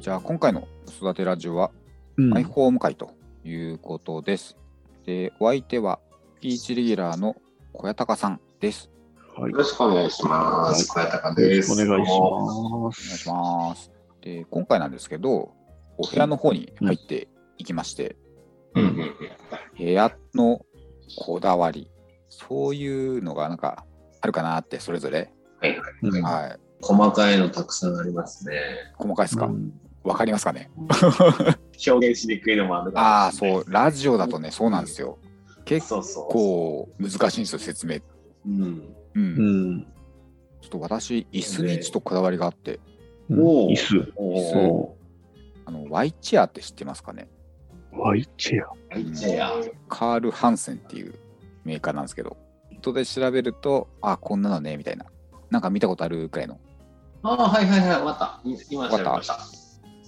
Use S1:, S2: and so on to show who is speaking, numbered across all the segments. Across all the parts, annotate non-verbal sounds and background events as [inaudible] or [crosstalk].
S1: じゃあ今回の子育てラジオは
S2: うん
S1: マイホーム会ということです。で、お相手はピーチレギュラーの小谷隆さんです。
S2: はい
S3: よろしくお願いします。小谷隆
S2: よろ
S3: で
S2: しく
S3: す。
S2: お願いし
S3: す。
S2: ま
S1: お願いし
S2: す。
S1: ます。で、今回なんですけど、お部屋の方に入っていきまして、
S3: うんうんうん。
S1: 部屋のこだわり、そういうのがなんかあるかなって、それぞれ。
S3: はいはい。
S2: うん
S1: はい。
S3: 細かいのたくさんありますね。
S1: 細かいですか
S2: う
S1: わ、
S2: ん
S1: かりますかね
S3: 表現しにくいのもある
S1: ああ、
S3: う。
S1: そう、ラジオだとね、そうなんですよ。結
S3: そうそう。
S1: 構難しいんですよ、説明。
S3: うん。
S1: うん
S2: う。ん。
S1: ちょっと私、椅子にちょっとこだわりがあって、
S3: おー
S2: 椅子。
S1: 椅子
S2: お
S1: あのワイチェアって知ってますかね
S2: ーワイチェア。
S3: はい、じゃあ。
S1: カール・ハンセンっていうメーカーなんですけど、ネットで調べると、あ、こんなのね、みたいな。なんか見たことあるくらいの。
S3: ああ、はいはいはい。また。い今調べました。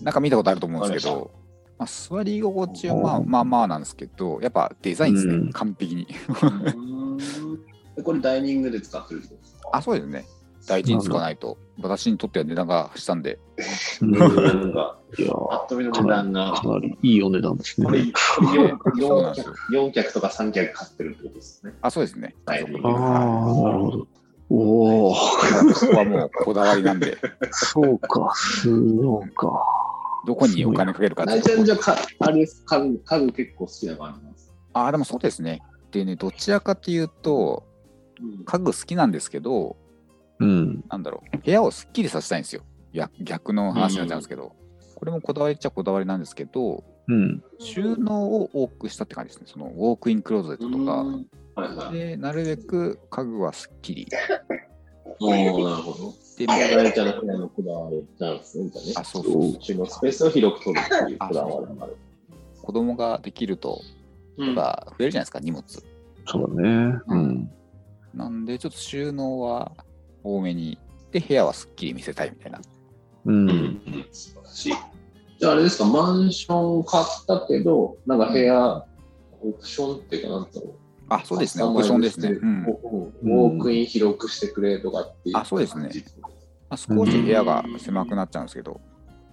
S1: なんか見たことあると思うんですけ
S3: わ
S1: ど、まあ、座り心地はまあまあまあなんですけど、やっぱデザインですね、
S2: うん
S1: 完璧に。
S3: うーんえこれダイニングで使ってるんですか
S1: あ、そうですね。大事に使わないと、私にとっては値段がしたんで、
S2: うん
S3: なんか、
S2: いやー
S3: ぱっと見の値段が。
S2: かなりいいお値段です
S3: これ、
S2: ね。
S3: 4
S1: そうなんですよ
S3: 脚4脚とか3脚買ってるってことですね。
S1: あ、そうですね。
S3: はい
S1: 家族
S2: ああ、
S1: では
S2: なるほど。おお、
S1: いそこはもうこだわりなんで、
S2: そうか、そうか。
S1: どこにお金かけるかってい
S3: 大
S1: うと
S3: ち
S1: こ
S3: ゃんじゃか、あれです。家具、家具結構好きな感じなんです。
S1: ああ、でもそうですね。でね、どちらかというと、
S3: うん
S1: 家具好きなんですけど、
S2: うん。
S1: なんだろう、部屋をすっきりさせたいんですよ。いや逆の話になっちゃうんですけど、これもこだわりっちゃこだわりなんですけど、
S2: うん。
S1: 収納を多くしたって感じですね。そのウォークインクローゼットとか、
S3: はいはい。
S1: で、なるべく家具はすっきり。
S3: おおなるほど。
S1: で、
S3: こだわりじゃなくて、あの、こだわりなんですね。みたいな
S1: あ、
S3: ね。
S1: そうそうそう。
S3: 収納スペースを広く取るっていうこだわりがある。
S1: 子供ができると、
S3: うん
S1: やっぱ増えるじゃないですか、荷物。
S2: そうだね。うん。
S1: なんで、ちょっと収納は多めに。で、部屋はすっきり見せたいみたいな。
S2: う。
S3: うんん。素晴らしい。じゃあ、あれですか、マンション買ったけど、なんか部屋、オプションっていうか、なんだろう。
S1: あ、そうですね、オプションですね。うん
S3: ウォークイン広くしてくれとかっていう。
S1: あそうですねまあ、少し部屋が狭くなっちゃうんですけど、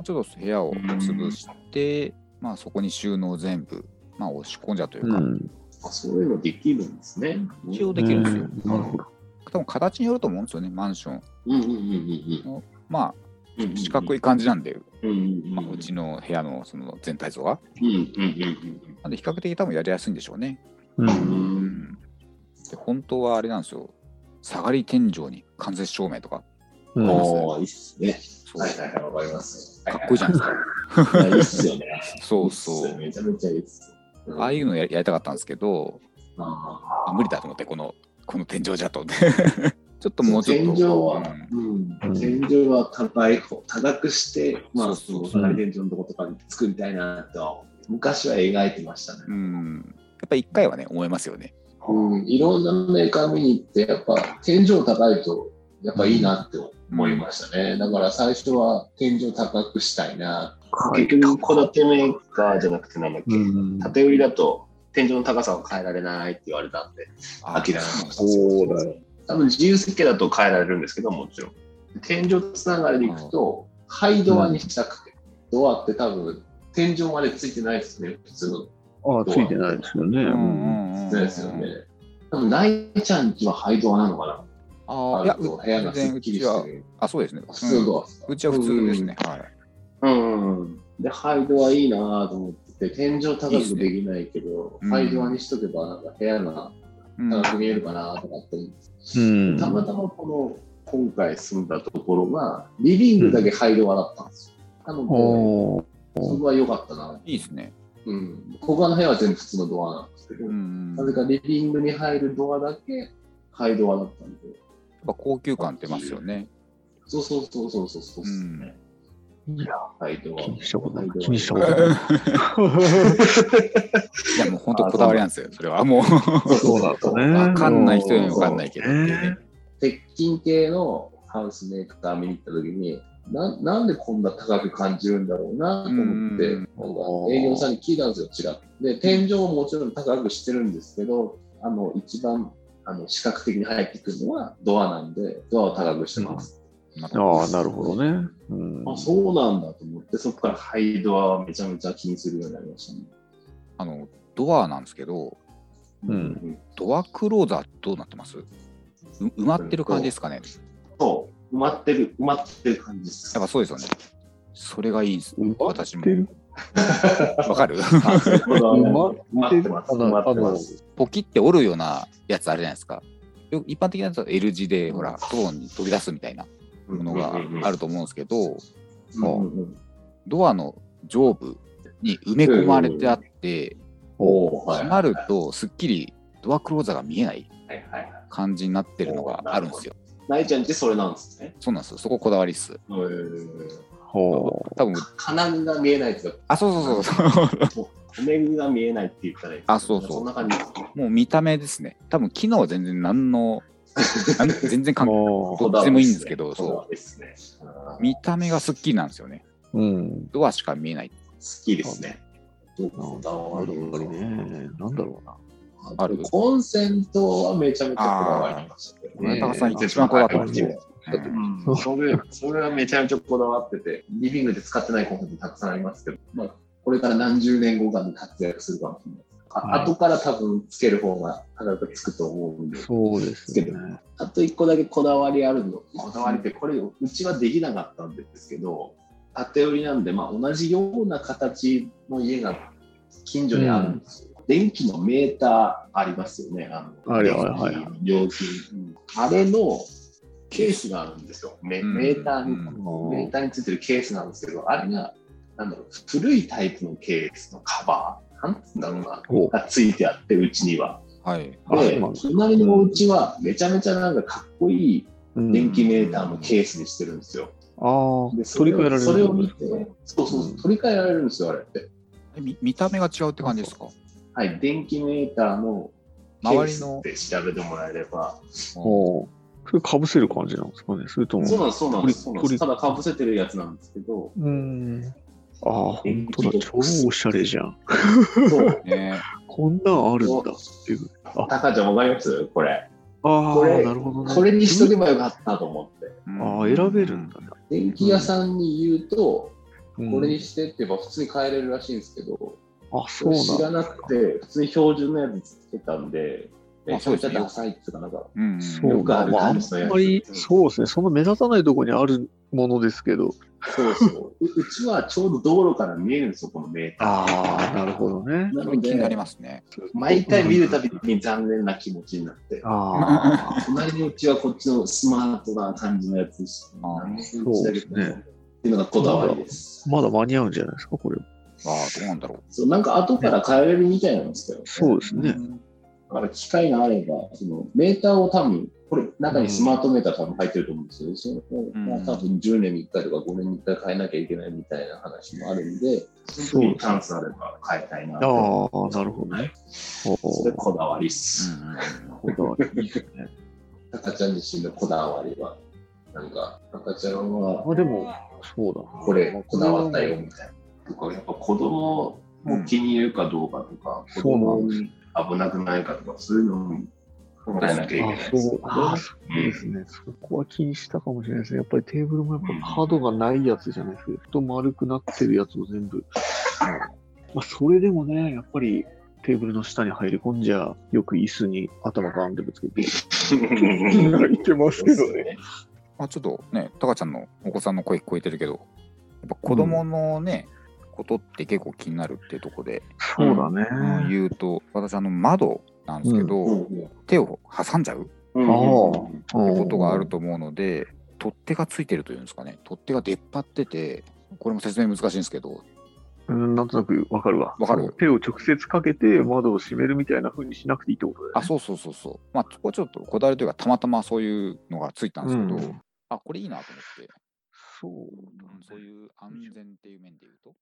S1: ちょっと部屋を潰して、まあ、そこに収納全部、まあ、押し込んじゃうという
S2: う
S1: か、
S2: ん。
S3: あそういうのできるんですね。
S1: 一応
S2: う
S1: できるんですよ。
S2: んなるほど。
S1: 多分形によると思うんですよね、マンション。
S3: うんうんうんうん
S1: ま
S3: うんうん。
S1: あ、四角い感じなんで、
S3: うんうん
S1: まあ、うちの部屋のその全体像が。
S3: うんうんうん
S1: なんで、比較的多分やりやすいんでしょうね。
S2: う。
S3: うん。
S1: うんん、で本当はあれなんですよ、下がり天井に間接照明とか、
S2: う
S3: うんん。おーいいっすね。
S1: そう
S3: はいはいはい、わかります。
S1: かっこいいじゃないですか。
S3: いやいいっすよね。
S1: そうそ
S3: いいっすよ
S1: う。
S3: めちゃめちゃいいっすよ。。
S1: ああいううのやりやりたかったんですけど、
S3: あ
S1: あ無理だと思ってこのこの天井じゃと [laughs] ちょっともうちょっと
S3: 天井は
S1: うん、
S3: うん、天井は高い方、高くして、まあ、そ
S1: そうそう
S3: の
S1: そう
S3: 隣天井のとことかに作りたいなとは、昔は描いてましたね。
S1: うんやっぱ一回はね思いますよね
S3: うん、いろんなメーカー見に行って、やっぱ天井高いと、やっぱいいなって思いましたね。だから最初は天井高くしたいな。
S2: はい
S3: 結局、戸建てメーカーじゃなくてなんだっけ、
S2: うん。
S3: 建て売りだと天井の高さを変えられないって言われたんで、
S1: あ
S3: 諦めました。
S2: そうだよ。
S3: 多分自由設計だと変えられるんですけど、もちろん。天井つながりでいくと、ハイドアにしたくて、ドアって多分天井までついてないですね、普通の。
S2: ああ、ついてないですよね。
S1: う
S2: う
S1: うんん
S2: ん
S1: うんうん
S3: そうですよね。多分、大ちゃんちはハイドアなのかな
S1: あ
S3: あ
S1: いや
S3: ると部屋
S1: う
S3: がす
S1: 全然
S3: っ
S1: う
S3: きり
S1: ち
S3: し
S1: は
S3: てる。
S1: あそうですね、
S3: 普通
S1: うん
S3: ドアですか、
S1: うちは普通ですね、はい
S3: うん。うんうんで、ハイドアいいなと思ってて、天井高くできない
S1: いい
S3: けど、
S1: っすね
S3: ハイドアにしとけば、なんか部屋が
S1: うん
S3: 高く見えるかなとかって思って、
S2: うん。
S3: たまたまこの今回住んだところが、リビングだけハイドアだったんですよ。なの
S2: おお。
S3: で、そこは良かったな。
S1: いいですね
S3: うん。他の部屋は全部普通のドアなんですけど
S1: う、ん
S3: な
S1: や
S3: ぜかリビングに入るドアだけハイドアだったんで、
S1: っぱ高級感出ますよね
S3: そうそうそうそうそうそうっすね。
S2: いや、
S3: ハイドア。
S2: 気にしたことな
S3: ハイ
S2: い
S3: ドア。
S2: 気にした
S1: い
S2: ことな
S3: [laughs]
S2: い。
S1: やもう本当こだわりなんですよそれはもう
S2: そうなんだね。
S1: わかんない人にはわかんないけどっていうね
S3: 鉄筋系のハウスメーカー見に行った時にななんでこんな高く感じるんだろうなと思って、
S1: うん
S3: なんか営業さんに聞いたんですよ、違って。で、天井ももちろん高くしてるんですけど、あの一番あの視覚的に入ってくるのはドアなんで、ドアを高くしてます。
S1: なんか
S2: ああ、なるほどね。うん。
S3: あ、そうなんだと思って、そこからハイドアはめちゃめちゃ気にするようになりましたね。
S1: あの、ドアなんですけど、
S2: うん
S1: ドアクローザーどうなってますう埋まってる感じですかね。
S3: そう、埋まってる、埋まってる感じです。
S1: やっぱそうですよね。それがいいんです。
S2: 埋ま
S1: 私も
S2: って。る
S1: わかる
S3: あ [laughs] そういうことなんだ
S2: 埋
S3: 埋ま
S2: って
S3: っ
S2: る
S3: てます。埋まってます。
S1: ポキって折るようなやつあるじゃないですか。よく一般的なやつは L 字で、ほら、トーンに飛び出すみたいなものがあ
S3: る。
S1: ると思うんですけど、
S3: うんうんうん
S1: ドアの上部に埋め込まれてあって、
S3: おーはい
S1: 閉まるとすっきりドアクローザーが見えない
S3: はいはい。
S1: 感じになってるのがあるんですよ。
S3: なえちゃんってそれなんですね。
S1: そうなんですよ。そここだわりっす。
S3: えー
S2: ほ
S1: 多分
S3: 金具が見えないですよ。
S1: あ、そうそうそうそう。
S3: 骨具が見えないって言ったらいい。
S1: あそうそう
S3: そんな感じですね。
S1: もう見た目ですね。多分機能は全然何の、 [laughs] なん全然
S2: う。
S1: 関係
S2: も
S1: どっちでもいいんですけど
S3: そう。
S1: そう
S3: こだわりですねあー
S1: 見た目がすっきりなんですよね。
S2: う。うん。
S1: ドアしか見えない。
S3: 好きですね。こだ
S2: な
S3: わ
S2: る
S3: り
S2: ほどね。なんだろうな。
S1: ある
S3: コンセントはめちゃめちゃこだわりましたけど
S2: あー
S3: ね。
S2: 高さん
S1: 一番こだわってます
S2: ね
S1: うん
S3: うんそれそれはめちゃめちゃこだわってて、リビングで使ってないコンセントたくさんありますけど、まあ、これから何十年後かに活躍するかもしれないです。あ後から多分つける方が高くつくと思うんで、
S2: そうですね。
S3: あと一個だけこだわりあるの、こだわりって、これ、うちはできなかったんですけど、縦寄りなんで、まあ、同じような形の家が近所にあるんですよ。電気のメーターありますよね、あの
S2: あるよはいはい
S3: 電気料金、うんあれのケースがあるんですよ、メ
S1: うん
S3: メーターに、
S1: うん
S3: メーターについてるケースなんですけど、あれがなんだろう古いタイプのケースのカバー、なんつうんだろうな、
S2: ほう。
S3: がついてあって、うちには。
S1: はい。
S2: あそう
S3: で
S2: なんだ、
S3: 隣のお家はめちゃめちゃなんかかっこいい
S2: うん
S3: 電気メーターのケースにしてるんですよ。
S2: あ
S3: で
S2: あ、取り替えられる。
S3: それを見て、そうそうそう
S2: うん
S3: 取り替えられるんですよ、あれって。
S1: えみ見た目が違うって感じですか
S3: はい、電気メーターのケ
S1: 周
S3: ー
S1: り
S3: ス
S1: の
S3: っ。て調べてもらえれば。
S2: ほう。それかぶせる感じなんですかね。それとも。
S3: そうなんです、そうなんです。そう
S2: 取
S3: な
S2: り
S3: んですただかぶせてるやつなんですけど、
S2: うん。ああ、本当だ。超おしゃれじゃん。
S3: そう。
S1: ね
S2: こんなんあるんだっていう。あ
S3: タカちゃんわかりますこれ。
S2: あ
S3: こ
S2: あ、
S3: れ
S2: なるほどね。
S3: これにしとけばよかったと思って。
S2: ああ、選べるん。だね。
S3: 電気屋さんに言うと、
S2: うん
S3: これにしてって言えば普通に変えれるらしいんですけど、
S2: あ、そうなんだ
S3: 知らなくて、普通に標準のやつつけたんで、
S1: まあ
S3: めちゃめちゃダサいっていうか、なんか、
S1: うんうん。
S2: そ
S3: よ
S2: う
S3: くあ
S2: か、
S3: る
S2: まあ、あ
S3: 感
S2: ん
S3: じのやつ
S2: まり、そうですね、その目立たないところにあるものですけど。
S3: そう [laughs] そう。ううちはちょうど道路から見えるんですよ、このメーター。
S2: ああ、なるほどね。
S3: な
S1: それ
S3: の
S1: 気になり
S3: で、
S1: ますね。
S3: 毎回見るたびに残念な気持ちになって、
S2: ああ、
S3: 隣のうちはこっちのスマートな感じのやつです。
S1: あー
S3: なんで
S2: そうですね
S3: うちだけどっていうのがこだわりです。
S2: まだ間に合うんじゃないですか、これ。
S1: ああ、どうなんだろう。
S3: そうなんか後から変えれるみたいなんですよ。
S2: そうですね。
S3: だから機械があれば、そのメーターを多分、これ、中にスマートメーター多分入ってると思うんですよ。そ
S1: ん
S3: のまあ多分10年に1回とか5年に1回変えなきゃいけないみたいな話もあるんで、
S2: そう
S3: チャンスあれば変えたいな
S2: あ
S3: と。
S2: あ、なるほどね。
S3: それ
S2: お
S3: こだわりっす。
S2: こだわりいいですね。
S3: 赤ちゃん自身のこだわりは、なんか、赤ちゃんは
S2: あ、でも、そうだな。
S3: これこだわったよみたいな。とか、やっぱ子供を気に入るかどうかとか、
S2: うん
S3: 子供に危なくないかとか、そういうのも考えなきゃいけな
S2: あ
S3: いです
S2: そうあ
S3: ね。
S2: そうですね、そこは気にしたかもしれないですね。やっぱりテーブルもやっぱ角がないやつじゃないですか。太丸くなってるやつを全部。まあ、それでもね、やっぱりテーブルの下に入り込んじゃ、よく椅子に頭ガーンってぶつけて、泣いてますけどね。
S1: まあちょっとね、タカちゃんのお子さんの声聞こえてるけど、やっぱ子供のね、ことって結構気になるってとこで、
S2: そうだね。
S1: うん言うと、私、あの、窓なんですけど、手を挟んじゃうってことがあると思うので、取っ手がついてるというんですかね、取っ手が出っ張ってて、これも説明難しいんですけど、
S2: うん、なんとなくわかるわ。
S1: わかる
S2: 手を直接かけて窓を閉めるみたいな風にしなくていいってことだよね。
S1: あ、そうそうそうそう、まあ、そこはちょっとこだわりというか、たまたまそういうのがついたんですけど、
S2: うん
S1: あ、これいいなと思って、
S2: そう
S1: うんそういう安全っていう面で言うと。